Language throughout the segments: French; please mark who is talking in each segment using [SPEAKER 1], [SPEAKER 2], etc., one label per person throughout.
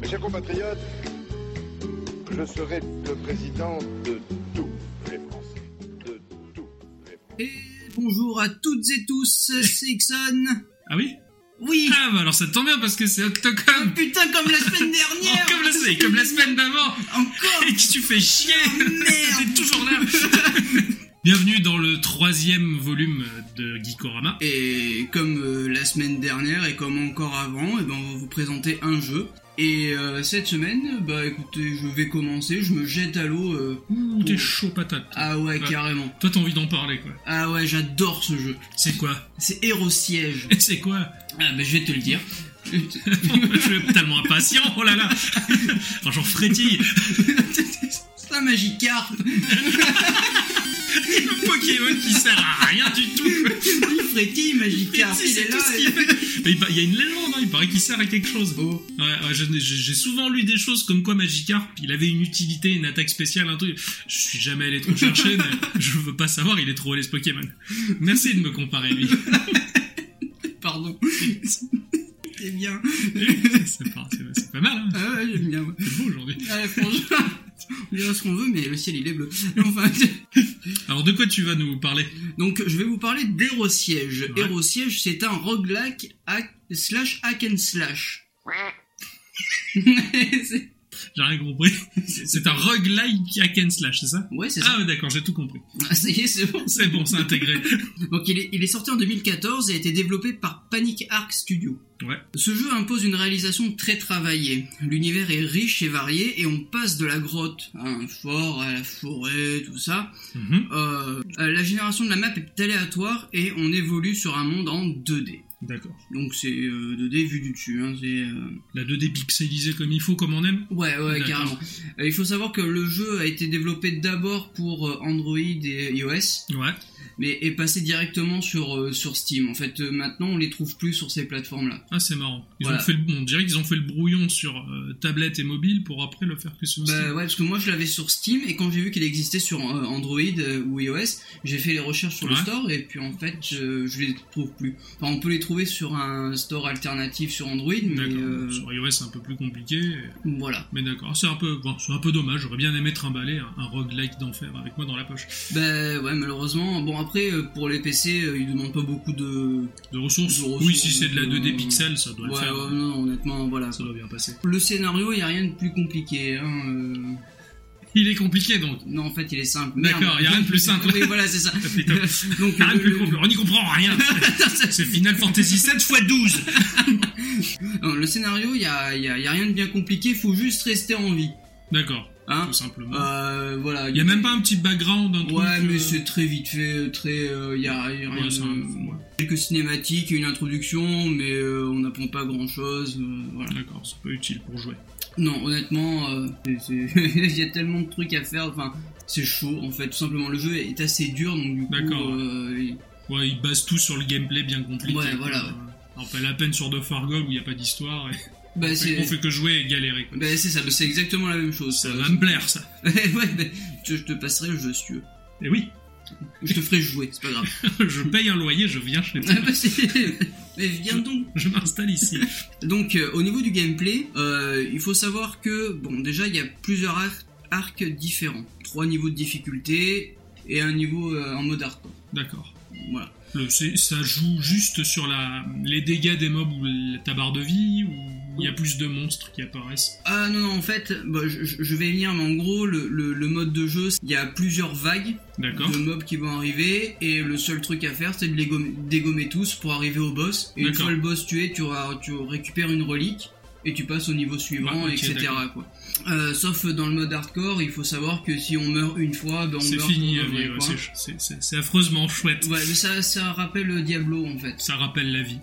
[SPEAKER 1] Mes chers compatriotes, je serai le président de tous les Français. De tous les Français.
[SPEAKER 2] Et bonjour à toutes et tous, c'est Ixon.
[SPEAKER 3] Ah oui
[SPEAKER 2] Oui
[SPEAKER 3] Ah bah alors ça tombe bien parce que c'est
[SPEAKER 2] Oh,
[SPEAKER 3] Octocom Oh,
[SPEAKER 2] Putain, comme la semaine dernière
[SPEAKER 3] comme, la, c'est comme la semaine d'avant
[SPEAKER 2] Encore Oh,
[SPEAKER 3] Et que tu fais chier
[SPEAKER 2] Merde
[SPEAKER 3] T'es toujours là Bienvenue dans le troisième volume de Geekorama.
[SPEAKER 2] Et comme euh, la semaine dernière et comme encore avant, eh ben, on va vous présenter un jeu. Et euh, cette semaine, bah écoutez, je vais commencer, je me jette à l'eau. euh,
[SPEAKER 3] Ouh, t'es
[SPEAKER 2] Oh.
[SPEAKER 3] chaud patate.
[SPEAKER 2] Ah ouais, carrément.
[SPEAKER 3] Toi t'as envie d'en parler quoi.
[SPEAKER 2] Ah ouais, j'adore ce jeu.
[SPEAKER 3] C'est quoi
[SPEAKER 2] C'est Héros Siège.
[SPEAKER 3] C'est quoi
[SPEAKER 2] Ah bah je vais te le dire.
[SPEAKER 3] Je suis tellement impatient, oh là là Enfin j'en frétille
[SPEAKER 2] C'est un Magikarp
[SPEAKER 3] Le Pokémon qui sert à rien du tout
[SPEAKER 2] Il frétille Magikarp,
[SPEAKER 3] Si,
[SPEAKER 2] il
[SPEAKER 3] c'est
[SPEAKER 2] est
[SPEAKER 3] tout
[SPEAKER 2] là
[SPEAKER 3] ce
[SPEAKER 2] et-
[SPEAKER 3] qu'il fait. Mais il pa- il y a une légende, hein, il paraît qu'il sert à quelque chose.
[SPEAKER 2] Oh.
[SPEAKER 3] Ouais, ouais, je n'ai- j'ai j'ai souvent lu des choses comme quoi Magikarp, il avait une utilité, une attaque spéciale, un truc. Je suis jamais allé trop chercher, mais je veux pas savoir, il est trop relais ce Pokémon. Merci de me comparer à lui.
[SPEAKER 2] Pardon. C'est bien.
[SPEAKER 3] C'est pas, c'est- c'est pas mal, hein.
[SPEAKER 2] Ah ouais, j'aime bien. ouais.
[SPEAKER 3] C'est beau aujourd'hui.
[SPEAKER 2] Ah, franchement, on dira ce qu'on veut, mais le ciel il est bleu. Enfin,
[SPEAKER 3] Alors de quoi tu vas nous parler
[SPEAKER 2] donc je vais vous parler d'Héros Siège.
[SPEAKER 3] Ouais.
[SPEAKER 2] Héros Siège, c'est un roguelike hack- slash hack and slash. C'est-
[SPEAKER 3] J'ai rien compris. C'est un roguelike hack and slash, c'est ça
[SPEAKER 2] ouais, c'est ça.
[SPEAKER 3] Ah ouais, d'accord, j'ai tout compris.
[SPEAKER 2] Ah, ça y est, c'est bon.
[SPEAKER 3] C'est bon, c'est intégré.
[SPEAKER 2] Donc il est, il est sorti en 2014 et a été développé par Panic Arc Studio.
[SPEAKER 3] Ouais.
[SPEAKER 2] Ce jeu impose une réalisation très travaillée. L'univers est riche et varié et on passe de la grotte à un fort, à la forêt, tout ça.
[SPEAKER 3] Mhm,
[SPEAKER 2] Euh, euh, la génération de la map est aléatoire et on évolue sur un monde en 2D.
[SPEAKER 3] D'accord.
[SPEAKER 2] Donc c'est euh, 2D vu du dessus. hein, c'est, euh,
[SPEAKER 3] La 2D pixelisée comme il faut, comme on aime
[SPEAKER 2] Ouais, ouais,
[SPEAKER 3] D'accord.
[SPEAKER 2] carrément. Euh, il faut savoir que le jeu a été développé d'abord pour euh, Android et iOS.
[SPEAKER 3] Ouais.
[SPEAKER 2] mais est passé directement sur, euh, sur Steam. En fait, euh, maintenant, on les trouve plus sur ces plateformes-là.
[SPEAKER 3] Ah, c'est marrant. Ils
[SPEAKER 2] Voilà.
[SPEAKER 3] ont fait le, on dirait qu'ils ont fait le brouillon sur euh, tablette et mobile pour après le faire que sur
[SPEAKER 2] Bah
[SPEAKER 3] Steam.
[SPEAKER 2] ouais, parce que moi, je l'avais sur Steam, et quand j'ai vu qu'il existait sur euh, Android euh, ou iOS, j'ai fait les recherches sur le
[SPEAKER 3] Ouais.
[SPEAKER 2] store, et puis en fait, je, je les trouve plus. Enfin, on peut les trouver sur un store alternatif sur Android, mais
[SPEAKER 3] D'accord.
[SPEAKER 2] euh,
[SPEAKER 3] Sur iOS, c'est un peu plus compliqué.
[SPEAKER 2] voilà.
[SPEAKER 3] Mais d'accord. Ah, C'est un peu, bon, c'est un peu dommage. J'aurais bien aimé trimballer un, un roguelike d'enfer avec moi dans la poche.
[SPEAKER 2] Bah ouais, malheureusement. Bon, après, euh, pour les PC, euh, ils demandent pas beaucoup de...
[SPEAKER 3] De ressources.
[SPEAKER 2] De ressources,
[SPEAKER 3] oui, si c'est de la 2D
[SPEAKER 2] euh,
[SPEAKER 3] pixel, ça doit
[SPEAKER 2] Ouais,
[SPEAKER 3] le faire.
[SPEAKER 2] ouais, non, honnêtement, voilà.
[SPEAKER 3] Ça doit bien passer.
[SPEAKER 2] Le scénario, il a rien de plus compliqué. Hein, euh.
[SPEAKER 3] Il est compliqué donc.
[SPEAKER 2] Non, en fait, il est simple.
[SPEAKER 3] D'accord,
[SPEAKER 2] Merde.
[SPEAKER 3] y a rien de plus simple.
[SPEAKER 2] oui, voilà, c'est ça.
[SPEAKER 3] Ah, putain.
[SPEAKER 2] Donc, euh,
[SPEAKER 3] Rien de
[SPEAKER 2] le-
[SPEAKER 3] plus
[SPEAKER 2] le-
[SPEAKER 3] compliqué. On n'y comprend rien. c'est Final Fantasy 7 x 12.
[SPEAKER 2] non, le scénario, il n'y a, y a- y a rien de bien compliqué, faut juste rester en vie.
[SPEAKER 3] D'accord.
[SPEAKER 2] Hein
[SPEAKER 3] Tout simplement.
[SPEAKER 2] Euh, voilà.
[SPEAKER 3] Il y a même pas un petit background, un truc.
[SPEAKER 2] Ouais,
[SPEAKER 3] euh,
[SPEAKER 2] mais c'est euh, très vite fait, euh, très. Il y a, y a rien
[SPEAKER 3] ouais, c'est un-
[SPEAKER 2] de-
[SPEAKER 3] ouais.
[SPEAKER 2] Quelques cinématiques et une introduction, mais euh, on n'apprend pas grand chose. voilà.
[SPEAKER 3] D'accord, c'est pas utile pour jouer.
[SPEAKER 2] Non, honnêtement, euh, c'est- c'est- il y a tellement de trucs à faire, enfin, c'est chaud en fait, tout simplement. Le jeu est assez dur, donc du coup.
[SPEAKER 3] D'accord.
[SPEAKER 2] euh, il-
[SPEAKER 3] Ouais, ils basent tout sur le gameplay bien compliqué.
[SPEAKER 2] Ouais, voilà,
[SPEAKER 3] quoi. On fait la peine sur The Fargo où il n'y a pas d'histoire. Et...
[SPEAKER 2] Bah,
[SPEAKER 3] On
[SPEAKER 2] c'est.
[SPEAKER 3] fait que jouer et galérer. quoi.
[SPEAKER 2] Bah, c'est ça, bah, c'est exactement la même chose.
[SPEAKER 3] Ça va me plaire, ça.
[SPEAKER 2] ouais, mais je, je te passerai le jeu si tu veux.
[SPEAKER 3] Et oui,
[SPEAKER 2] Je te ferai jouer, c'est pas grave.
[SPEAKER 3] je paye un loyer, je viens chez toi.
[SPEAKER 2] Ah bah, c'est- Mais viens donc.
[SPEAKER 3] Je m'installe ici.
[SPEAKER 2] Donc, euh, au niveau du gameplay, euh, il faut savoir que, bon, déjà, il y a plusieurs ar- arcs différents. Trois niveaux de difficulté et un niveau euh, en mode hardcore.
[SPEAKER 3] D'accord.
[SPEAKER 2] Voilà.
[SPEAKER 3] Le- c'est- Ça joue juste sur la, les dégâts des mobs ou la- ta barre de vie ou il y a plus de monstres qui apparaissent.
[SPEAKER 2] Ah non, non, en fait, bah, je, je- je vais y venir, mais en gros, le, le- le mode de jeu, il y a plusieurs vagues
[SPEAKER 3] D'accord.
[SPEAKER 2] de mobs qui vont arriver, et le seul truc à faire, c'est de les gommer- dégommer tous pour arriver au boss. Et une
[SPEAKER 3] D'accord.
[SPEAKER 2] fois le boss tué, tu, auras- tu récupères une relique, et tu passes au niveau suivant,
[SPEAKER 3] Ouais, ok,
[SPEAKER 2] etc.
[SPEAKER 3] d'accord.
[SPEAKER 2] quoi. Euh, sauf dans le mode hardcore, il faut savoir que si on meurt une fois, ben on
[SPEAKER 3] C'est
[SPEAKER 2] meurt
[SPEAKER 3] fini,
[SPEAKER 2] pour de
[SPEAKER 3] la vie,
[SPEAKER 2] vrai,
[SPEAKER 3] ouais,
[SPEAKER 2] quoi.
[SPEAKER 3] c'est ch- c'est- c'est- c'est affreusement chouette.
[SPEAKER 2] Ouais, mais ça, ça rappelle Diablo en fait.
[SPEAKER 3] Ça rappelle la vie.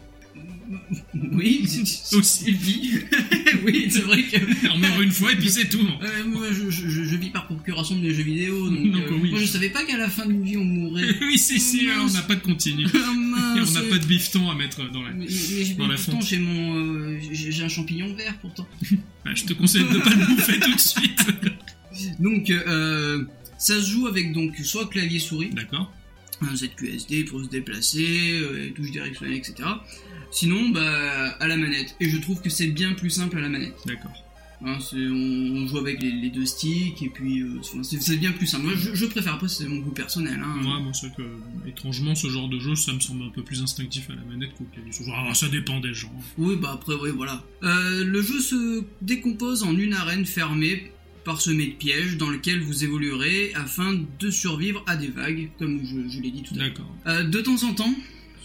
[SPEAKER 2] Oui, c'est-
[SPEAKER 3] Aussi.
[SPEAKER 2] c'est le vie. oui, c'est vrai que.
[SPEAKER 3] On meurt une fois et puis c'est tout.
[SPEAKER 2] Euh, moi, je, je- je- je vis par procuration des jeux vidéo, donc,
[SPEAKER 3] Donc,
[SPEAKER 2] euh,
[SPEAKER 3] oui.
[SPEAKER 2] moi je savais pas qu'à la fin d'une vie on mourrait.
[SPEAKER 3] oui, si, si, on n'a pas de continu.
[SPEAKER 2] Ah,
[SPEAKER 3] Et
[SPEAKER 2] mince.
[SPEAKER 3] on n'a pas de bifton à mettre dans la...
[SPEAKER 2] Mais, mais- mais
[SPEAKER 3] Dans la
[SPEAKER 2] pourtant
[SPEAKER 3] fonte.
[SPEAKER 2] j'ai mon, euh, j'ai j'ai un champignon vert pourtant.
[SPEAKER 3] Bah, je te conseille de pas le bouffer tout de suite.
[SPEAKER 2] Donc euh, ça se joue avec donc soit clavier souris,
[SPEAKER 3] D'accord.
[SPEAKER 2] un ZQSD pour se déplacer, euh, et touche directionnelle, etc. Sinon bah à la manette. Et je trouve que c'est bien plus simple à la manette.
[SPEAKER 3] D'accord.
[SPEAKER 2] Hein, c'est- on, on joue avec les, les deux sticks et puis euh, c'est- c'est c'est bien plus simple. Moi, je, je préfère après, c'est mon goût personnel. hein.
[SPEAKER 3] Moi, bon, c'est vrai que, euh, étrangement, ce genre de jeu, ça me semble un peu plus instinctif à la manette qu'au clavier. Genre, ah, ça dépend des gens.
[SPEAKER 2] Oui, bah après, oui, voilà. Euh, le jeu se décompose en une arène fermée, parsemée de pièges, dans lequel vous évoluerez afin de survivre à des vagues, comme je, je l'ai dit tout à l'heure.
[SPEAKER 3] D'accord.
[SPEAKER 2] Euh, de temps en temps,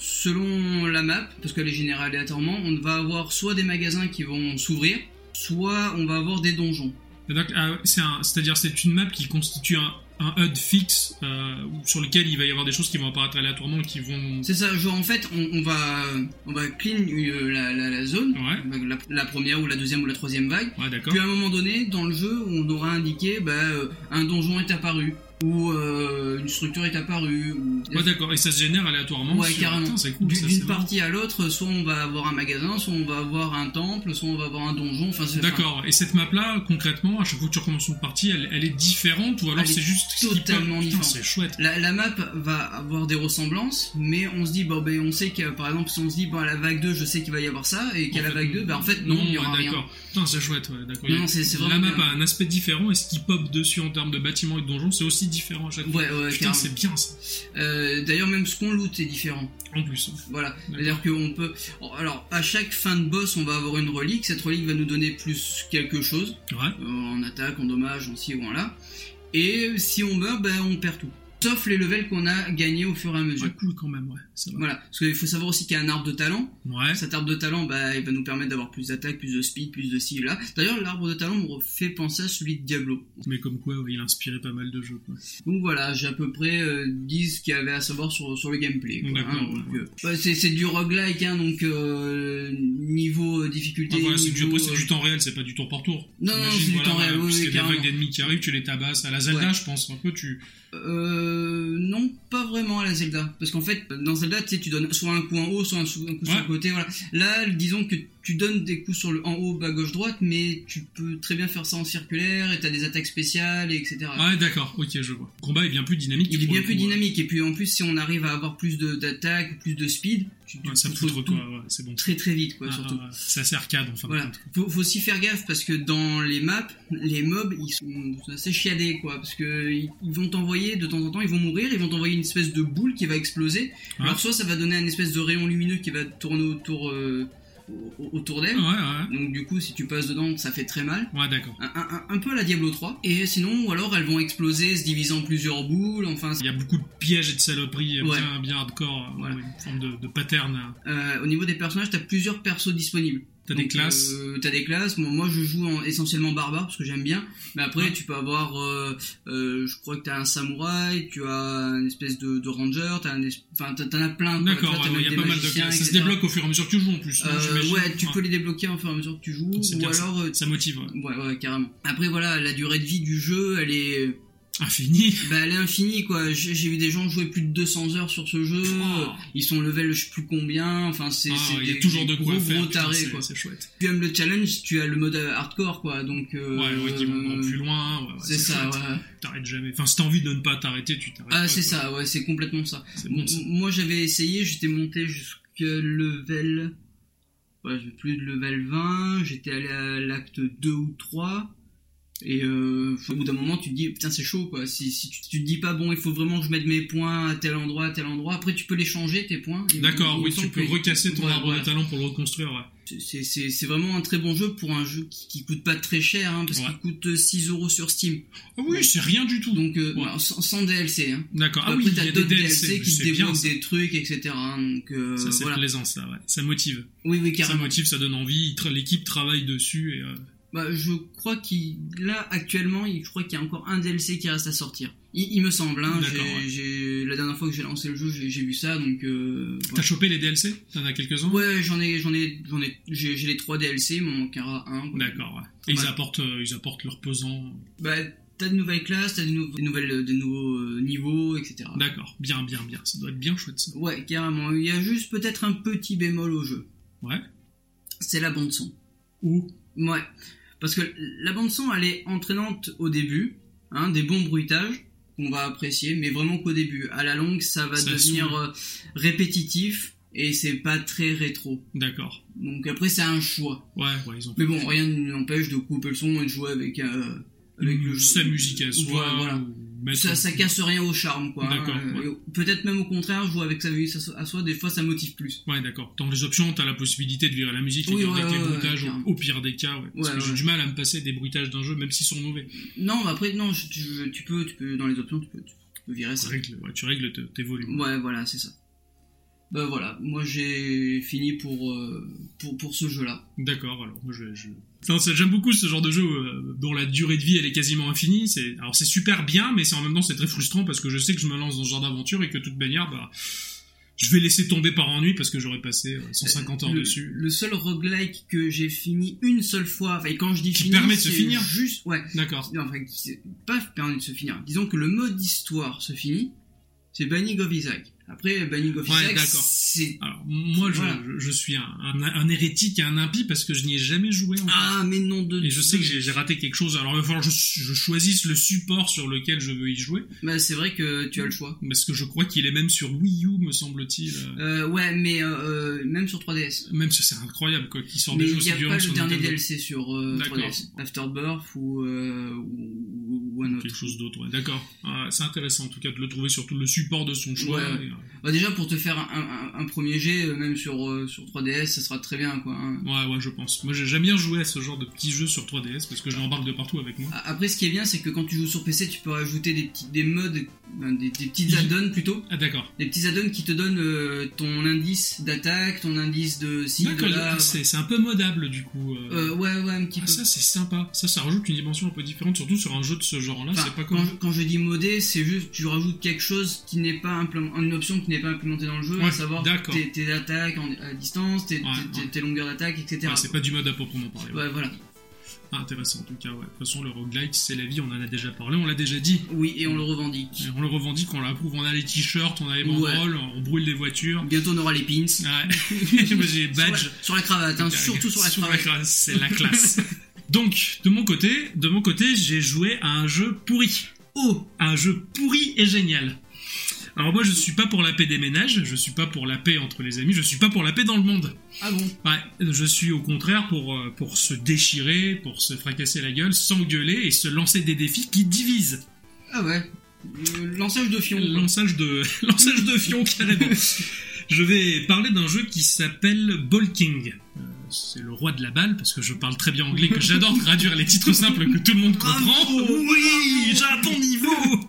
[SPEAKER 2] selon la map, parce qu'elle est générée aléatoirement, on va avoir soit des magasins qui vont s'ouvrir, soit on va avoir des donjons.
[SPEAKER 3] Et donc, ah, c'est un- C'est-à-dire, c'est une map qui constitue un, un HUD fixe euh, sur lequel il va y avoir des choses qui vont apparaître aléatoirement, qui vont.
[SPEAKER 2] C'est ça, genre en fait, on, on va, on va clean euh, la, la- la zone,
[SPEAKER 3] Ouais.
[SPEAKER 2] la- la première ou la deuxième ou la troisième vague.
[SPEAKER 3] Ouais, d'accord.
[SPEAKER 2] Puis euh, à un moment donné, dans le jeu, on aura indiqué bah, euh, un donjon est apparu, ou euh, une structure est apparue, ou
[SPEAKER 3] Ouais, d'accord. Et ça se génère aléatoirement.
[SPEAKER 2] Ouais,
[SPEAKER 3] sur-
[SPEAKER 2] carrément.
[SPEAKER 3] Putain, c'est cool.
[SPEAKER 2] Du-
[SPEAKER 3] ça,
[SPEAKER 2] d'une
[SPEAKER 3] c'est marrant.
[SPEAKER 2] partie à l'autre, soit on va avoir un magasin, soit on va avoir un temple, soit on va avoir un donjon. Enfin, c'est-
[SPEAKER 3] D'accord. Et cette map-là, concrètement, à chaque fois que tu recommences une partie, elle, elle est différente ou alors
[SPEAKER 2] Elle est
[SPEAKER 3] c'est juste ce qui
[SPEAKER 2] totalement
[SPEAKER 3] peut- Putain,
[SPEAKER 2] différente.
[SPEAKER 3] C'est chouette.
[SPEAKER 2] La, la map va avoir des ressemblances, mais on se dit, bon, ben, on sait que par exemple, si on se dit, bon, à la vague 2, je sais qu'il va y avoir ça, et qu'à la vague 2, ben, en fait, non, il n'y aura
[SPEAKER 3] ouais,
[SPEAKER 2] rien.
[SPEAKER 3] D'accord. Putain, c'est chouette. Ouais, d'accord.
[SPEAKER 2] Non, non, c'est c'est
[SPEAKER 3] La
[SPEAKER 2] vraiment.
[SPEAKER 3] map a un aspect différent et ce qui pop dessus en termes de bâtiments et de donjons, c'est aussi différent à chaque fois.
[SPEAKER 2] Ouais, ouais,
[SPEAKER 3] Putain,
[SPEAKER 2] carrément.
[SPEAKER 3] c'est bien ça.
[SPEAKER 2] Euh, D'ailleurs, même ce qu'on loot est différent.
[SPEAKER 3] En plus.
[SPEAKER 2] Voilà, c'est-à-dire qu'on peut. Alors, à chaque fin de boss, on va avoir une relique. Cette relique va nous donner plus quelque chose,
[SPEAKER 3] Ouais.
[SPEAKER 2] euh, en attaque, en dommage, en ci ou en là. Et si on meurt, ben, on perd tout. Sauf les levels qu'on a gagnés au fur et à mesure.
[SPEAKER 3] Ouais, cool quand même, ouais. Ça va.
[SPEAKER 2] Voilà, parce qu'il faut savoir aussi qu'il y a un arbre de talent.
[SPEAKER 3] Ouais.
[SPEAKER 2] Cet arbre de talent, bah, il va nous permettre d'avoir plus d'attaque, plus de speed, plus de ci, là. D'ailleurs, l'arbre de talent me fait penser à celui de Diablo.
[SPEAKER 3] Mais comme quoi, ouais, il a inspiré pas mal de jeux. Quoi.
[SPEAKER 2] Donc voilà, j'ai à peu près euh, 10 ce qu'il y avait à savoir sur, sur le gameplay. quoi,
[SPEAKER 3] D'accord,
[SPEAKER 2] hein, donc,
[SPEAKER 3] ouais.
[SPEAKER 2] euh, bah, c'est c'est du roguelike, hein, donc euh, niveau euh, difficulté.
[SPEAKER 3] Enfin, Ah, voilà, c'est du,
[SPEAKER 2] niveau,
[SPEAKER 3] après, c'est
[SPEAKER 2] euh,
[SPEAKER 3] du temps réel, c'est pas du tour par tour.
[SPEAKER 2] Non, non,
[SPEAKER 3] Imagine,
[SPEAKER 2] c'est du temps réel, oui,
[SPEAKER 3] parce
[SPEAKER 2] oui,
[SPEAKER 3] qu'il y a des
[SPEAKER 2] carrément.
[SPEAKER 3] vagues d'ennemis qui arrivent, tu les tabasses. À la Zelda,
[SPEAKER 2] Ouais.
[SPEAKER 3] je pense un peu, tu.
[SPEAKER 2] euh, non, pas vraiment à la Zelda. Parce qu'en fait, dans Zelda, tu sais, tu donnes soit un coup en haut, soit un, sou- un coup sur
[SPEAKER 3] Ouais.
[SPEAKER 2] le côté. Voilà. Là, disons que tu donnes des coups sur le en haut, bas, gauche, droite, mais tu peux très bien faire ça en circulaire et t'as des attaques spéciales, et etc.
[SPEAKER 3] Ouais, d'accord, ok, je vois. Le combat est bien plus dynamique.
[SPEAKER 2] Il est
[SPEAKER 3] pour
[SPEAKER 2] bien
[SPEAKER 3] le
[SPEAKER 2] plus
[SPEAKER 3] coup, ouais.
[SPEAKER 2] dynamique. Et puis en plus, si on arrive à avoir plus de- d'attaques, plus de speed, tu, tu
[SPEAKER 3] Ouais, ça
[SPEAKER 2] contrôles
[SPEAKER 3] foutre
[SPEAKER 2] tout
[SPEAKER 3] quoi, ouais, c'est bon.
[SPEAKER 2] très très vite quoi
[SPEAKER 3] Ah,
[SPEAKER 2] surtout.
[SPEAKER 3] ouais, ça c'est arcade en fin de
[SPEAKER 2] Voilà,
[SPEAKER 3] compte.
[SPEAKER 2] faut, faut aussi faire gaffe parce que dans les maps, les mobs ils sont assez chiadés quoi, parce que ils ils vont t'envoyer de temps en temps, ils vont mourir, ils vont t'envoyer une espèce de boule qui va exploser.
[SPEAKER 3] Ouais.
[SPEAKER 2] Alors soit ça va donner un espèce de rayon lumineux qui va tourner autour euh, au- autour d'elle.
[SPEAKER 3] Ouais, ouais,
[SPEAKER 2] Donc du coup, si tu passes dedans, ça fait très mal.
[SPEAKER 3] ouais, d'accord.
[SPEAKER 2] Un, un- un- un peu à la Diablo 3. Et sinon, ou alors elles vont exploser, se diviser en plusieurs boules. Enfin,
[SPEAKER 3] Il y a beaucoup de pièges et de saloperies
[SPEAKER 2] Ouais.
[SPEAKER 3] bien, bien hardcore, euh,
[SPEAKER 2] Voilà.
[SPEAKER 3] ouais, une forme de, de pattern. euh.
[SPEAKER 2] euh, au niveau des personnages, t'as plusieurs persos disponibles.
[SPEAKER 3] T'as des
[SPEAKER 2] Donc,
[SPEAKER 3] classes.
[SPEAKER 2] euh, T'as des classes. Bon, moi, je joue en- essentiellement barbare parce que j'aime bien. Mais après,
[SPEAKER 3] Ouais.
[SPEAKER 2] tu peux avoir, euh, euh, je crois que t'as un samouraï, tu as une espèce de, de ranger, t'as un, es- enfin, t'as- t'en as plein. quoi. Tu
[SPEAKER 3] D'accord,
[SPEAKER 2] vois, t'as
[SPEAKER 3] ouais,
[SPEAKER 2] même
[SPEAKER 3] il y a
[SPEAKER 2] des
[SPEAKER 3] pas mal de
[SPEAKER 2] magiciens,
[SPEAKER 3] classes. Ça se
[SPEAKER 2] etc.
[SPEAKER 3] débloque au fur et à mesure que tu joues en plus. non,
[SPEAKER 2] Euh,
[SPEAKER 3] j'imagine.
[SPEAKER 2] ouais, tu
[SPEAKER 3] Ouais.
[SPEAKER 2] peux les débloquer au fur et à mesure que tu joues,
[SPEAKER 3] C'est
[SPEAKER 2] ou
[SPEAKER 3] bien ça.
[SPEAKER 2] alors. euh,
[SPEAKER 3] Ça motive, ouais.
[SPEAKER 2] Ouais, ouais, carrément. Après, voilà, la durée de vie du jeu, elle est,
[SPEAKER 3] Infini.
[SPEAKER 2] bah, elle est infinie, quoi. J'ai j'ai vu des gens jouer plus de 200 heures sur ce jeu.
[SPEAKER 3] Oh.
[SPEAKER 2] Ils sont level, je sais plus combien. Enfin, Euh, c'est,
[SPEAKER 3] Ah,
[SPEAKER 2] c'est
[SPEAKER 3] il y
[SPEAKER 2] des-
[SPEAKER 3] a toujours
[SPEAKER 2] des
[SPEAKER 3] de quoi
[SPEAKER 2] gros,
[SPEAKER 3] faire.
[SPEAKER 2] gros
[SPEAKER 3] putain,
[SPEAKER 2] tarés,
[SPEAKER 3] c'est-
[SPEAKER 2] quoi.
[SPEAKER 3] C'est chouette.
[SPEAKER 2] tu aimes le challenge, tu as le mode euh, hardcore, quoi. Donc, euh,
[SPEAKER 3] Ouais, ouais, qui vont encore plus loin. ouais, ouais,
[SPEAKER 2] C'est ça,
[SPEAKER 3] chouette.
[SPEAKER 2] ouais.
[SPEAKER 3] T'arrêtes jamais. Enfin, si t'as envie de ne pas t'arrêter, tu t'arrêtes.
[SPEAKER 2] Ah,
[SPEAKER 3] pas,
[SPEAKER 2] c'est
[SPEAKER 3] quoi.
[SPEAKER 2] ça, Mm, ouais, c'est complètement ça.
[SPEAKER 3] C'est bon, ça.
[SPEAKER 2] M- Moi, j'avais essayé, j'étais monté jusque level. Ouais, j'ai plus de level 20, j'étais allé à l'acte 2 ou 3. Et euh, au bout d'un moment, tu te dis, putain, c'est chaud, quoi. Si, si tu, tu te dis pas, bon, il faut vraiment que je mette mes points à tel endroit, à tel endroit. Après, tu peux les changer, tes points. Et
[SPEAKER 3] D'accord,
[SPEAKER 2] il
[SPEAKER 3] oui,
[SPEAKER 2] me semble
[SPEAKER 3] tu peux
[SPEAKER 2] que-
[SPEAKER 3] recasser ton
[SPEAKER 2] mm, Ouais,
[SPEAKER 3] arbre
[SPEAKER 2] voilà.
[SPEAKER 3] de talent pour le reconstruire, ouais.
[SPEAKER 2] C'est- C'est c'est vraiment un très bon jeu pour un jeu qui, qui coûte pas très cher, hein, parce
[SPEAKER 3] Ouais.
[SPEAKER 2] qu'il coûte 6 euros sur Steam.
[SPEAKER 3] Ah oui, c'est rien du tout.
[SPEAKER 2] Mm. Donc, euh,
[SPEAKER 3] Ouais.
[SPEAKER 2] alors, sans, sans DLC. Hein.
[SPEAKER 3] D'accord. Ah
[SPEAKER 2] Après,
[SPEAKER 3] oui, il y
[SPEAKER 2] t'as
[SPEAKER 3] a des
[SPEAKER 2] d'autres DLC,
[SPEAKER 3] DLC, mais
[SPEAKER 2] qui te
[SPEAKER 3] c'est bien.
[SPEAKER 2] débloquent
[SPEAKER 3] Ça,
[SPEAKER 2] des trucs, etc. hein, donc, euh,
[SPEAKER 3] Ça, c'est
[SPEAKER 2] voilà.
[SPEAKER 3] plaisant, ça, ouais. Ça motive.
[SPEAKER 2] Oui, oui,
[SPEAKER 3] Ça
[SPEAKER 2] carrément.
[SPEAKER 3] motive, ça donne envie. il tra- L'équipe travaille dessus et. euh,
[SPEAKER 2] Bah, je crois qu'il. Là, actuellement, il- je crois qu'il y a encore un DLC qui reste à sortir. Il, il me semble, hein.
[SPEAKER 3] D'accord,
[SPEAKER 2] j'ai-
[SPEAKER 3] ouais.
[SPEAKER 2] j'ai- La dernière fois que j'ai lancé le jeu, j'ai j'ai vu ça, donc. euh,
[SPEAKER 3] T'as chopé les DLC T'en as quelques-uns
[SPEAKER 2] ouais, Ouais, j'en ai. J'en ai. J'en ai. J'ai j'ai les trois DLC, il m'en manquera un. quoi.
[SPEAKER 3] D'accord, ouais. Et ils
[SPEAKER 2] Ouais.
[SPEAKER 3] apportent, euh, ils apportent leur pesant.
[SPEAKER 2] Bah, t'as de nouvelles classes, t'as de nou- des nouvelles, des nouveaux euh, niveaux, etc.
[SPEAKER 3] D'accord, bien, bien, bien. Ça doit être bien chouette, ça.
[SPEAKER 2] Ouais, carrément. Il y a juste peut-être un petit bémol au jeu.
[SPEAKER 3] Ouais.
[SPEAKER 2] C'est la bande son.
[SPEAKER 3] Ou
[SPEAKER 2] Ouais. Parce que la bande son, elle est entraînante au début, hein, des bons bruitages qu'on va apprécier, mais vraiment qu'au début. À la longue, ça va
[SPEAKER 3] Ça
[SPEAKER 2] devenir euh, répétitif. et c'est pas très rétro.
[SPEAKER 3] D'accord.
[SPEAKER 2] Donc après, c'est un choix.
[SPEAKER 3] Ouais, ouais, ils ont
[SPEAKER 2] Mais bon, rien ne l'empêche de couper le son et de jouer avec, euh, avec le jeu.
[SPEAKER 3] sa musique à soi.
[SPEAKER 2] Ouais, voilà.
[SPEAKER 3] ou mettre-
[SPEAKER 2] Ça, ça casse rien au charme, quoi.
[SPEAKER 3] D'accord,
[SPEAKER 2] hein.
[SPEAKER 3] ouais.
[SPEAKER 2] Et au- Peut-être même au contraire, jouer avec sa musique à soi, des fois, ça motive plus.
[SPEAKER 3] Ouais, d'accord. Dans les options, t'as la possibilité de virer la musique et
[SPEAKER 2] Oui,
[SPEAKER 3] garder
[SPEAKER 2] ouais,
[SPEAKER 3] que les
[SPEAKER 2] ouais,
[SPEAKER 3] bruitages
[SPEAKER 2] ouais,
[SPEAKER 3] au-
[SPEAKER 2] clairement.
[SPEAKER 3] au pire des cas. Ouais. Parce
[SPEAKER 2] Ouais,
[SPEAKER 3] que j'ai
[SPEAKER 2] ouais.
[SPEAKER 3] du mal à me passer des bruitages d'un jeu, même s'ils sont mauvais.
[SPEAKER 2] Non, mais après, non, je- tu, tu peux, tu peux, dans les options, tu peux, tu peux virer
[SPEAKER 3] Tu
[SPEAKER 2] ça.
[SPEAKER 3] règles, ouais, tu règles te- tes volumes.
[SPEAKER 2] Ouais, voilà, c'est ça. Ben voilà, moi j'ai fini pour, euh, pour, pour ce jeu-là.
[SPEAKER 3] D'accord, alors moi je. je- Putain, ça- J'aime beaucoup ce genre de jeu euh, dont la durée de vie elle est quasiment infinie. C'est alors c'est super bien, mais c'est en même temps c'est très frustrant parce que je sais que je me lance dans ce genre d'aventure et que de toute manière bah je vais laisser tomber par ennui parce que j'aurais passé euh, 150 heures
[SPEAKER 2] le,
[SPEAKER 3] dessus.
[SPEAKER 2] Le seul roguelike que j'ai fini une seule fois, enfin, et quand je dis
[SPEAKER 3] Qui
[SPEAKER 2] fini,
[SPEAKER 3] permet de se
[SPEAKER 2] c'est
[SPEAKER 3] finir.
[SPEAKER 2] Juste, ouais,
[SPEAKER 3] D'accord.
[SPEAKER 2] non, enfin, qui s'est pas permis de se finir. Disons que le mode histoire se finit, c'est Banning of Isaac. Après, Banning of
[SPEAKER 3] Ouais,
[SPEAKER 2] Isaac,
[SPEAKER 3] d'accord.
[SPEAKER 2] c'est.
[SPEAKER 3] Alors moi je,
[SPEAKER 2] Voilà.
[SPEAKER 3] je, je suis un, un, un hérétique et un impie parce que je n'y ai jamais joué. En
[SPEAKER 2] Ah, mais non, de.
[SPEAKER 3] fait. Et je sais que j'ai j'ai raté quelque chose. Alors il va falloir que je, je choisisse le support sur lequel je veux y jouer
[SPEAKER 2] Bah, c'est vrai que tu as le choix.
[SPEAKER 3] parce que je crois qu'il est même sur Wii U me semble-t-il. euh,
[SPEAKER 2] Euh, ouais, mais euh, euh, même sur 3DS.
[SPEAKER 3] Même si c'est incroyable quoi, qu'il sort
[SPEAKER 2] Mais
[SPEAKER 3] des jeux
[SPEAKER 2] il n'y
[SPEAKER 3] aussi
[SPEAKER 2] a
[SPEAKER 3] violents
[SPEAKER 2] pas
[SPEAKER 3] sur
[SPEAKER 2] le dernier
[SPEAKER 3] Nintendo.
[SPEAKER 2] DLC sur euh,
[SPEAKER 3] D'accord.
[SPEAKER 2] 3DS. Afterbirth ou, euh, ou, ou un autre.
[SPEAKER 3] quelque chose d'autre. ouais. D'accord. Ah, c'est intéressant en tout cas de le trouver surtout le support de son choix.
[SPEAKER 2] Ouais.
[SPEAKER 3] Et, euh,
[SPEAKER 2] Bah, déjà, pour te faire un, un- un premier jet, euh, même sur, euh, sur 3DS, ça sera très bien, quoi. hein.
[SPEAKER 3] Ouais, ouais, je pense. Moi, j'ai- j'aime bien jouer à ce genre de petits jeux sur 3DS parce que je l'embarque de partout avec moi.
[SPEAKER 2] A- Après, ce qui est bien, c'est que quand tu joues sur PC, tu peux rajouter des petits, des modes, ben, des, des petits
[SPEAKER 3] Il-
[SPEAKER 2] add-ons plutôt,
[SPEAKER 3] Ah, d'accord.
[SPEAKER 2] des petits add-ons qui te donnent euh, ton indice d'attaque, ton indice de ci, de
[SPEAKER 3] D'accord,
[SPEAKER 2] là.
[SPEAKER 3] ah, c'est c'est un peu modable du coup. euh.
[SPEAKER 2] Euh, ouais, ouais, un petit
[SPEAKER 3] Ah,
[SPEAKER 2] peu.
[SPEAKER 3] ça, c'est sympa. Ça, ça rajoute une dimension un peu différente, surtout sur un jeu de ce genre-là.
[SPEAKER 2] Enfin,
[SPEAKER 3] c'est pas
[SPEAKER 2] quand,
[SPEAKER 3] comme.
[SPEAKER 2] je, quand je dis modé, c'est juste tu rajoutes quelque chose qui n'est pas implément- une option qui n'est pas implémentée dans le jeu,
[SPEAKER 3] Ouais,
[SPEAKER 2] à savoir
[SPEAKER 3] d'accord.
[SPEAKER 2] tes, tes attaques en- à distance, tes,
[SPEAKER 3] Ouais,
[SPEAKER 2] tes-
[SPEAKER 3] ouais.
[SPEAKER 2] tes longueurs d'attaque, etc.
[SPEAKER 3] Ouais, c'est pas du mode à proprement parler. ouais.
[SPEAKER 2] Ouais, voilà.
[SPEAKER 3] Ah, intéressant en tout cas. Ouais. De toute façon, le roguelike, c'est la vie. On en a déjà parlé, on l'a déjà dit.
[SPEAKER 2] Oui, et on le revendique.
[SPEAKER 3] Et on le revendique, on l'approuve. On a les t-shirts, on a les banderoles, on brûle les voitures.
[SPEAKER 2] Bientôt on aura les pins.
[SPEAKER 3] Ouais. Moi, j'ai
[SPEAKER 2] Sur la-
[SPEAKER 3] badge.
[SPEAKER 2] Sur la cravate, hein, surtout sur la cravate.
[SPEAKER 3] classe, c'est la classe. Donc, de mon côté, de mon côté, j'ai joué à un jeu pourri. Oh, un jeu pourri et génial. Alors moi, je suis pas pour la paix des ménages, je suis pas pour la paix entre les amis, je suis pas pour la paix dans le monde.
[SPEAKER 2] Ah bon
[SPEAKER 3] Ouais, je suis au contraire pour euh, pour se déchirer, pour se fracasser la gueule, s'engueuler et se lancer des défis qui divisent.
[SPEAKER 2] Ah ouais. Le Lançage de fion. quoi.
[SPEAKER 3] Lançage de, lançage de fion carrément. je vais parler d'un jeu qui s'appelle Ball King. Euh, C'est le roi de la balle parce que je parle très bien anglais, que j'adore traduire les titres simples que tout le monde comprend.
[SPEAKER 2] Bravo,
[SPEAKER 3] Ah, oh, oui, j'ai à ton niveau.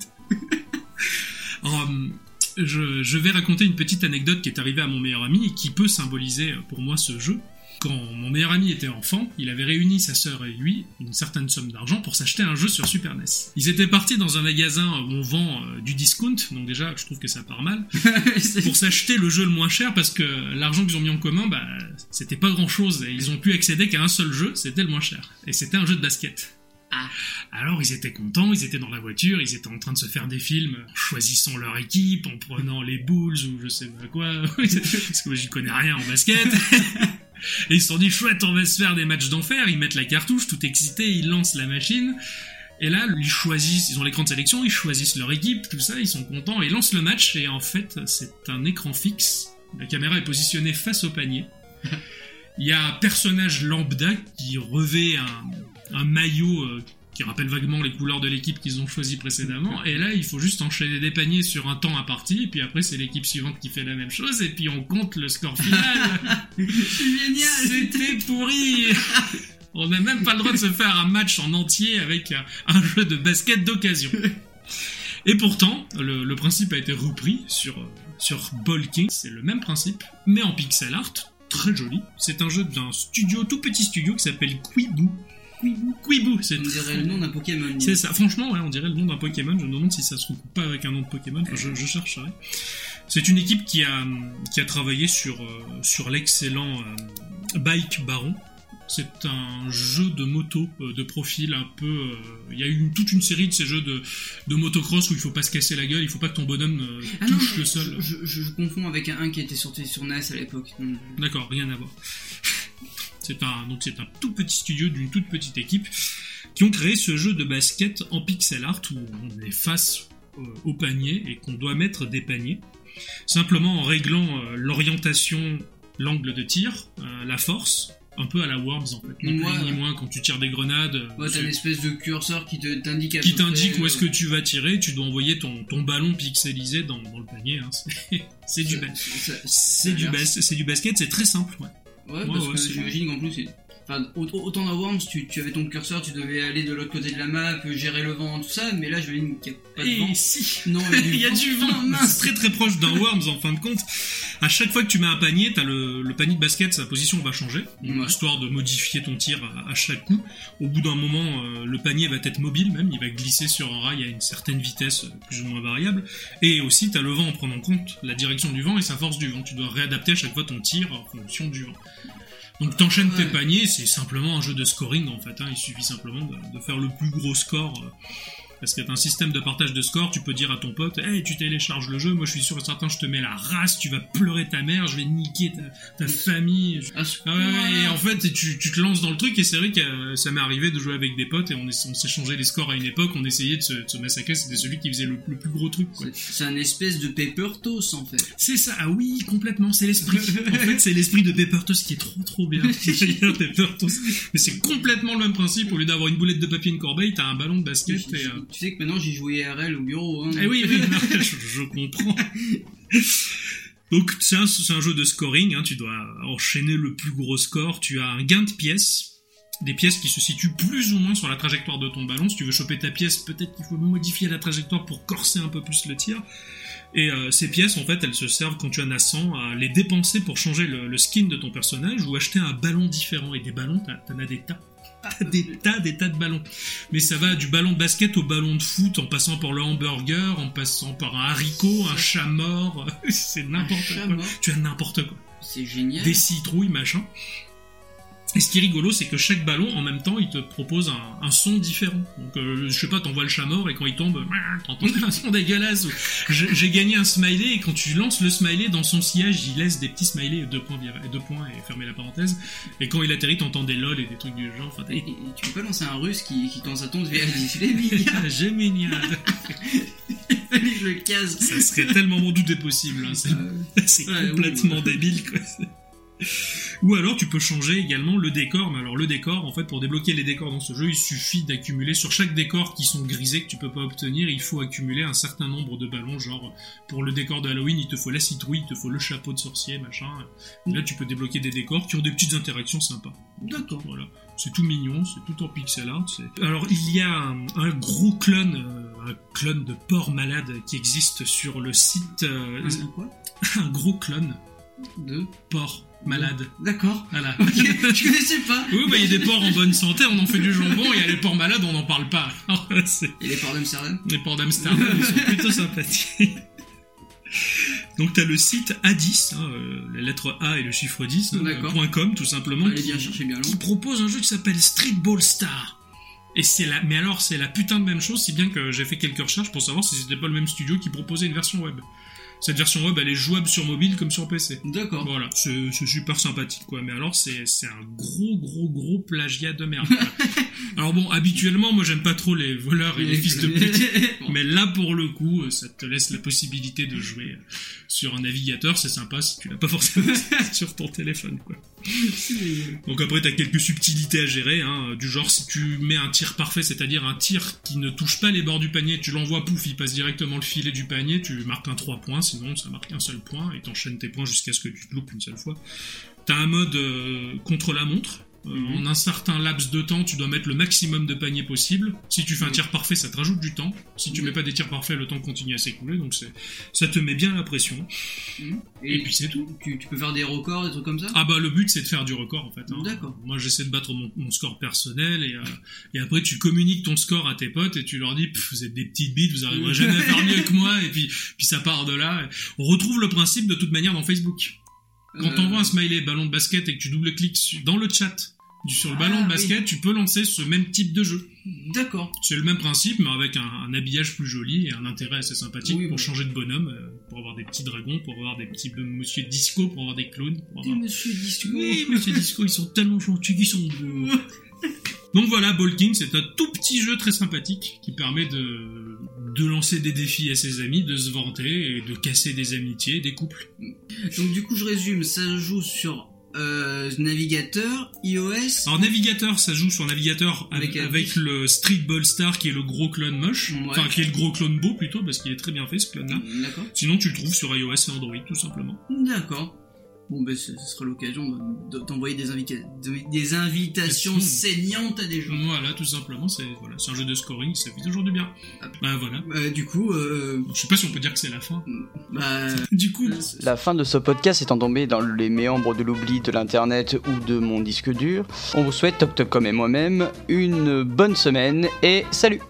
[SPEAKER 3] Hum, je, je vais raconter une petite anecdote qui est arrivée à mon meilleur ami et qui peut symboliser euh, pour moi ce jeu. Quand mon meilleur ami était enfant, il avait réuni sa sœur et lui une certaine somme d'argent pour s'acheter un jeu sur Super NES. Ils étaient partis dans un magasin où on vend euh, du discount, donc déjà je trouve que ça part mal,
[SPEAKER 2] C'est-
[SPEAKER 3] pour s'acheter le jeu le moins cher parce que l'argent qu'ils ont mis en commun, bah, c'était pas grand chose et ils ont pu accéder qu'à un seul jeu, c'était le moins cher. Et c'était un jeu de basket.
[SPEAKER 2] Ah.
[SPEAKER 3] Alors ils étaient contents, ils étaient dans la voiture, ils étaient en train de se faire des films, choisissant leur équipe, en prenant les Bulls ou je sais pas quoi, parce que moi j'y connais rien en basket. Et ils se sont dit chouette, on va se faire des matchs d'enfer. Ils mettent la cartouche, tout excité, ils lancent la machine. Et là, ils choisissent, ils ont l'écran de sélection, ils choisissent leur équipe, tout ça, ils sont contents, ils lancent le match. Et en fait, c'est un écran fixe. La caméra est positionnée face au panier. Il y a un personnage lambda qui revêt un, un maillot euh, qui rappelle vaguement les couleurs de l'équipe qu'ils ont choisi précédemment. Et là, il faut juste enchaîner des paniers sur un temps imparti. Et puis après, c'est l'équipe suivante qui fait la même chose. Et puis on compte le score final.
[SPEAKER 2] C'est génial
[SPEAKER 3] C'était pourri On n'a même pas le droit de se faire un match en entier avec un, un jeu de basket d'occasion. Et pourtant, le, le principe a été repris sur, euh, sur Ball King. C'est le même principe, mais en pixel art, très joli. C'est un jeu d'un studio, tout petit studio, qui s'appelle Quibu. Quibu Quibu, c'est
[SPEAKER 2] On dirait le nom d'un Pokémon.
[SPEAKER 3] c'est ça. Franchement, ouais, on dirait le nom d'un Pokémon. Je me demande si ça se recoupe pas avec un nom de Pokémon. Enfin, je, je chercherai. C'est une équipe qui a, hum, qui a travaillé sur, euh, sur l'excellent euh, Bike Baron. C'est un jeu de moto, euh, de profil un peu. euh, Il y a eu une- toute une série de ces jeux de, de motocross où il faut pas se casser la gueule, il faut pas que ton bonhomme euh,
[SPEAKER 2] Ah non,
[SPEAKER 3] touche
[SPEAKER 2] je,
[SPEAKER 3] le sol.
[SPEAKER 2] je, je- je confonds avec un 1 qui était sorti sur NES à l'époque. Donc,
[SPEAKER 3] D'accord, rien à voir. C'est un, donc c'est un tout petit studio d'une toute petite équipe qui ont créé ce jeu de basket en pixel art où on est face euh, au panier et qu'on doit mettre des paniers. simplement en réglant euh, l'orientation, l'angle de tir, euh, la force, un peu à la Worms en fait, ni
[SPEAKER 2] Ouais,
[SPEAKER 3] plus ni
[SPEAKER 2] ouais.
[SPEAKER 3] moins quand tu tires des grenades. euh,
[SPEAKER 2] Ouais, t'as
[SPEAKER 3] tu-
[SPEAKER 2] l'espèce de curseur qui te- t'indique à
[SPEAKER 3] qui
[SPEAKER 2] peu près,
[SPEAKER 3] t'indique où est-ce que
[SPEAKER 2] euh,
[SPEAKER 3] tu vas tirer, tu dois envoyer ton, ton ballon pixelisé dans, dans le panier. hein. C'est- C'est du,
[SPEAKER 2] ça-
[SPEAKER 3] ba-
[SPEAKER 2] ça- ça-
[SPEAKER 3] c'est du,
[SPEAKER 2] l'air-
[SPEAKER 3] bas- c'est du basket, c'est très simple. ouais.
[SPEAKER 2] Ouais,
[SPEAKER 3] Ouais,
[SPEAKER 2] parce
[SPEAKER 3] ouais,
[SPEAKER 2] que
[SPEAKER 3] c'est-
[SPEAKER 2] j'imagine qu'en plus, c'est- enfin, au- autant dans Worms, tu, tu avais ton curseur, tu devais aller de l'autre côté de la map, gérer le vent, tout ça, mais là, j'imagine qu'il n'y a pas de vent.
[SPEAKER 3] Et si
[SPEAKER 2] Non,
[SPEAKER 3] Il y a du vent,
[SPEAKER 2] mince.
[SPEAKER 3] c'est très très proche d'un Worms en fin de compte. À chaque fois que tu mets un panier, t'as le, le panier de basket, sa position va changer,
[SPEAKER 2] Ouais.
[SPEAKER 3] histoire de modifier ton tir à, à chaque coup. Au bout d'un moment, euh, le panier va être mobile même, il va glisser sur un rail à une certaine vitesse euh, plus ou moins variable. Et aussi, t'as le vent en prenant en compte la direction du vent et sa force du vent. Tu dois réadapter à chaque fois ton tir en fonction du vent. Donc t'enchaînes
[SPEAKER 2] Ouais.
[SPEAKER 3] tes paniers, c'est simplement un jeu de scoring en fait. hein. Il suffit simplement de, de faire le plus gros score. euh, parce que t'as un système de partage de score, tu peux dire à ton pote, hey, tu télécharges le jeu, moi je suis sûr et certain, je te mets la race, tu vas pleurer ta mère, je vais niquer ta, ta famille.
[SPEAKER 2] Ah, ce-
[SPEAKER 3] Ah ouais, ouais, et en fait, tu, tu te lances dans le truc, et c'est vrai que euh, ça m'est arrivé de jouer avec des potes, et on, est- on s'échangeait les scores à une époque, on essayait de se, de se massacrer, c'était celui qui faisait le, le plus gros truc. quoi.
[SPEAKER 2] C'est- C'est un espèce de paper toast en fait.
[SPEAKER 3] C'est ça, ah oui, complètement, c'est l'esprit. en fait, c'est l'esprit de Pepper Toast qui est trop trop bien. D'ailleurs, Pepper Toast. Mais c'est complètement le même principe, au lieu d'avoir une boulette de papier et une corbeille, t'as un ballon de
[SPEAKER 2] Tu,
[SPEAKER 3] basket et... euh,
[SPEAKER 2] tu sais que maintenant j'ai joué RL au bureau. Hein,
[SPEAKER 3] Eh oui, oui, non, je, je comprends. Donc c'est un, c'est un jeu de scoring, hein, tu dois enchaîner le plus gros score, tu as un gain de pièces, des pièces qui se situent plus ou moins sur la trajectoire de ton ballon, si tu veux choper ta pièce, peut-être qu'il faut modifier la trajectoire pour corser un peu plus le tir. Et euh, ces pièces, en fait, elles se servent quand tu en as 100 à les dépenser pour changer le, le skin de ton personnage ou acheter un ballon différent. Et des ballons, t'as- t'en as des tas. Des tas, des tas de ballons. Mais ça va du ballon de basket au ballon de foot, en passant par le hamburger, en passant par un haricot, un chat mort. C'est
[SPEAKER 2] Un
[SPEAKER 3] n'importe
[SPEAKER 2] chat
[SPEAKER 3] quoi.
[SPEAKER 2] mort,
[SPEAKER 3] Tu as n'importe quoi
[SPEAKER 2] C'est génial.
[SPEAKER 3] des citrouilles, machin. Et ce qui est rigolo, c'est que chaque ballon, en même temps, il te propose un, un son différent. Donc, euh, je sais pas, t'envoies le chat mort et quand il tombe, t'entends un son dégueulasse. Ou J'ai j'ai gagné un smiley et quand tu lances le smiley dans son sillage, il laisse des petits smileys, deux points, vira- deux points et fermez la parenthèse. Et quand il atterrit, t'entends des lol et des trucs du genre. Enfin,
[SPEAKER 2] Et-
[SPEAKER 3] t'es-
[SPEAKER 2] et- et tu peux pas lancer un russe qui, qui quand ça tombe via les filets,
[SPEAKER 3] génial.
[SPEAKER 2] fallait que je le case.
[SPEAKER 3] Ça serait tellement mon doute est possible. hein. C'est le
[SPEAKER 2] Euh,
[SPEAKER 3] c'est
[SPEAKER 2] Ouais,
[SPEAKER 3] complètement
[SPEAKER 2] oui.
[SPEAKER 3] débile quoi. Ou alors tu peux changer également le décor, mais alors le décor en fait pour débloquer les décors dans ce jeu il suffit d'accumuler sur chaque décor qui sont grisés que tu peux pas obtenir, il faut accumuler un certain nombre de ballons, genre pour le décor de Halloween il te faut la citrouille, il te faut le chapeau de sorcier, machin. Et là tu peux débloquer des décors qui ont des petites interactions sympas.
[SPEAKER 2] D'accord.
[SPEAKER 3] Voilà. C'est tout mignon, c'est tout en pixel art. c'est- Alors il y a un, un gros clone, euh, un clone de porc malade qui existe sur le site, euh,
[SPEAKER 2] Un- un quoi
[SPEAKER 3] un gros clone
[SPEAKER 2] Deux.
[SPEAKER 3] porc malade.
[SPEAKER 2] D'accord.
[SPEAKER 3] Voilà.
[SPEAKER 2] Ok, je connaissais pas.
[SPEAKER 3] Oui, bah, il y a des porcs en bonne santé, on en fait du jambon, et il y a les porcs malades, on n'en parle pas. Alors, c'est-
[SPEAKER 2] Et les ports d'Amsterdam
[SPEAKER 3] les porcs d'Amsterdam, ils sont plutôt sympathiques. Donc, t'as le site A10, hein, euh, la lettre A et le chiffre 10, hein,
[SPEAKER 2] D'accord.
[SPEAKER 3] point .com, tout simplement,
[SPEAKER 2] Allez
[SPEAKER 3] qui,
[SPEAKER 2] bien chercher bien
[SPEAKER 3] qui
[SPEAKER 2] long.
[SPEAKER 3] propose un jeu qui s'appelle Streetball Star. Et c'est la, mais alors, c'est la putain de même chose, si bien que j'ai fait quelques recherches pour savoir si c'était pas le même studio qui proposait une version web. Cette version web, elle est jouable sur mobile comme sur PC.
[SPEAKER 2] D'accord.
[SPEAKER 3] Voilà, c'est c'est super sympathique quoi, mais alors c'est c'est un gros gros gros plagiat de merde. quoi. alors bon, habituellement, moi j'aime pas trop les voleurs et les fils de pute,
[SPEAKER 2] Bon.
[SPEAKER 3] mais là pour le coup, euh, ça te laisse la possibilité de jouer euh, sur un navigateur, c'est sympa si tu l'as pas forcément sur ton téléphone quoi. Donc après, t'as quelques subtilités à gérer, hein, du genre si tu mets un tir parfait, c'est-à-dire un tir qui ne touche pas les bords du panier, tu l'envoies, pouf, il passe directement le filet du panier, tu marques un 3 points, sinon ça marque un seul point, et t'enchaînes tes points jusqu'à ce que tu te loupes une seule fois. T'as un mode euh, contre la montre. Euh,
[SPEAKER 2] Mhm.
[SPEAKER 3] En un certain laps de temps, tu dois mettre le maximum de paniers possible. Si tu fais un
[SPEAKER 2] Mhm.
[SPEAKER 3] tir parfait, ça te rajoute du temps. Si tu
[SPEAKER 2] Mhm.
[SPEAKER 3] mets pas des tirs parfaits, le temps continue à s'écouler, donc c'est- ça te met bien la pression.
[SPEAKER 2] Et,
[SPEAKER 3] et puis c'est tout.
[SPEAKER 2] Tu, tu peux faire des records, des trucs comme ça
[SPEAKER 3] Ah bah le but c'est de faire du record en fait. hein.
[SPEAKER 2] D'accord.
[SPEAKER 3] Moi j'essaie de battre mon, mon score personnel et, euh, et après tu communiques ton score à tes potes et tu leur dis Pff, vous êtes des petites bites, vous arriverez jamais à faire mieux que moi et puis, puis ça part de là. On retrouve le principe de toute manière dans Facebook. Quand
[SPEAKER 2] Euh,
[SPEAKER 3] t'envoies un smiley ballon de basket et que tu double-cliques su- dans le chat du- sur le ballon
[SPEAKER 2] Ah,
[SPEAKER 3] de basket, tu peux lancer ce même type de jeu.
[SPEAKER 2] D'accord.
[SPEAKER 3] C'est le même principe mais avec un, un habillage plus joli et un intérêt assez sympathique
[SPEAKER 2] Oui,
[SPEAKER 3] pour
[SPEAKER 2] oui.
[SPEAKER 3] changer de bonhomme, euh, pour avoir des petits dragons, pour avoir des petits monsieur disco, pour
[SPEAKER 2] Eh,
[SPEAKER 3] avoir des clowns, pour avoir
[SPEAKER 2] Dis, monsieur Disco.
[SPEAKER 3] oui, monsieur Disco, ils sont tellement gentils, ils sont beaux. Donc voilà, Balking, c'est un tout petit jeu très sympathique qui permet de, de lancer des défis à ses amis, de se vanter et de casser des amitiés, des couples.
[SPEAKER 2] Donc du coup, je résume, ça se joue sur euh, navigateur, iOS.
[SPEAKER 3] Alors navigateur, ça joue sur navigateur avec,
[SPEAKER 2] Avec un
[SPEAKER 3] avec
[SPEAKER 2] bif.
[SPEAKER 3] le Street Ball Star qui est le gros clone moche,
[SPEAKER 2] Ouais.
[SPEAKER 3] enfin qui est le gros clone beau plutôt parce qu'il est très bien fait ce clone-là.
[SPEAKER 2] D'accord.
[SPEAKER 3] Sinon tu le trouves sur iOS et Android tout simplement.
[SPEAKER 2] D'accord. Bon, ben, ce ce sera l'occasion de- de- d'envoyer des, invica- de- des invitations
[SPEAKER 3] Mmh.
[SPEAKER 2] saignantes à des gens.
[SPEAKER 3] Voilà tout simplement, c'est voilà, c'est un jeu de scoring, ça fait toujours du bien.
[SPEAKER 2] Hop.
[SPEAKER 3] Bah voilà.
[SPEAKER 2] Bah, du coup, euh,
[SPEAKER 3] Je sais pas si on peut dire que c'est la fin.
[SPEAKER 2] bah,
[SPEAKER 3] Du coup,
[SPEAKER 4] La fin de ce podcast étant tombée dans les méandres de l'oubli de l'internet ou de mon disque dur, on vous souhaite, Top Top comme et moi-même, une bonne semaine et salut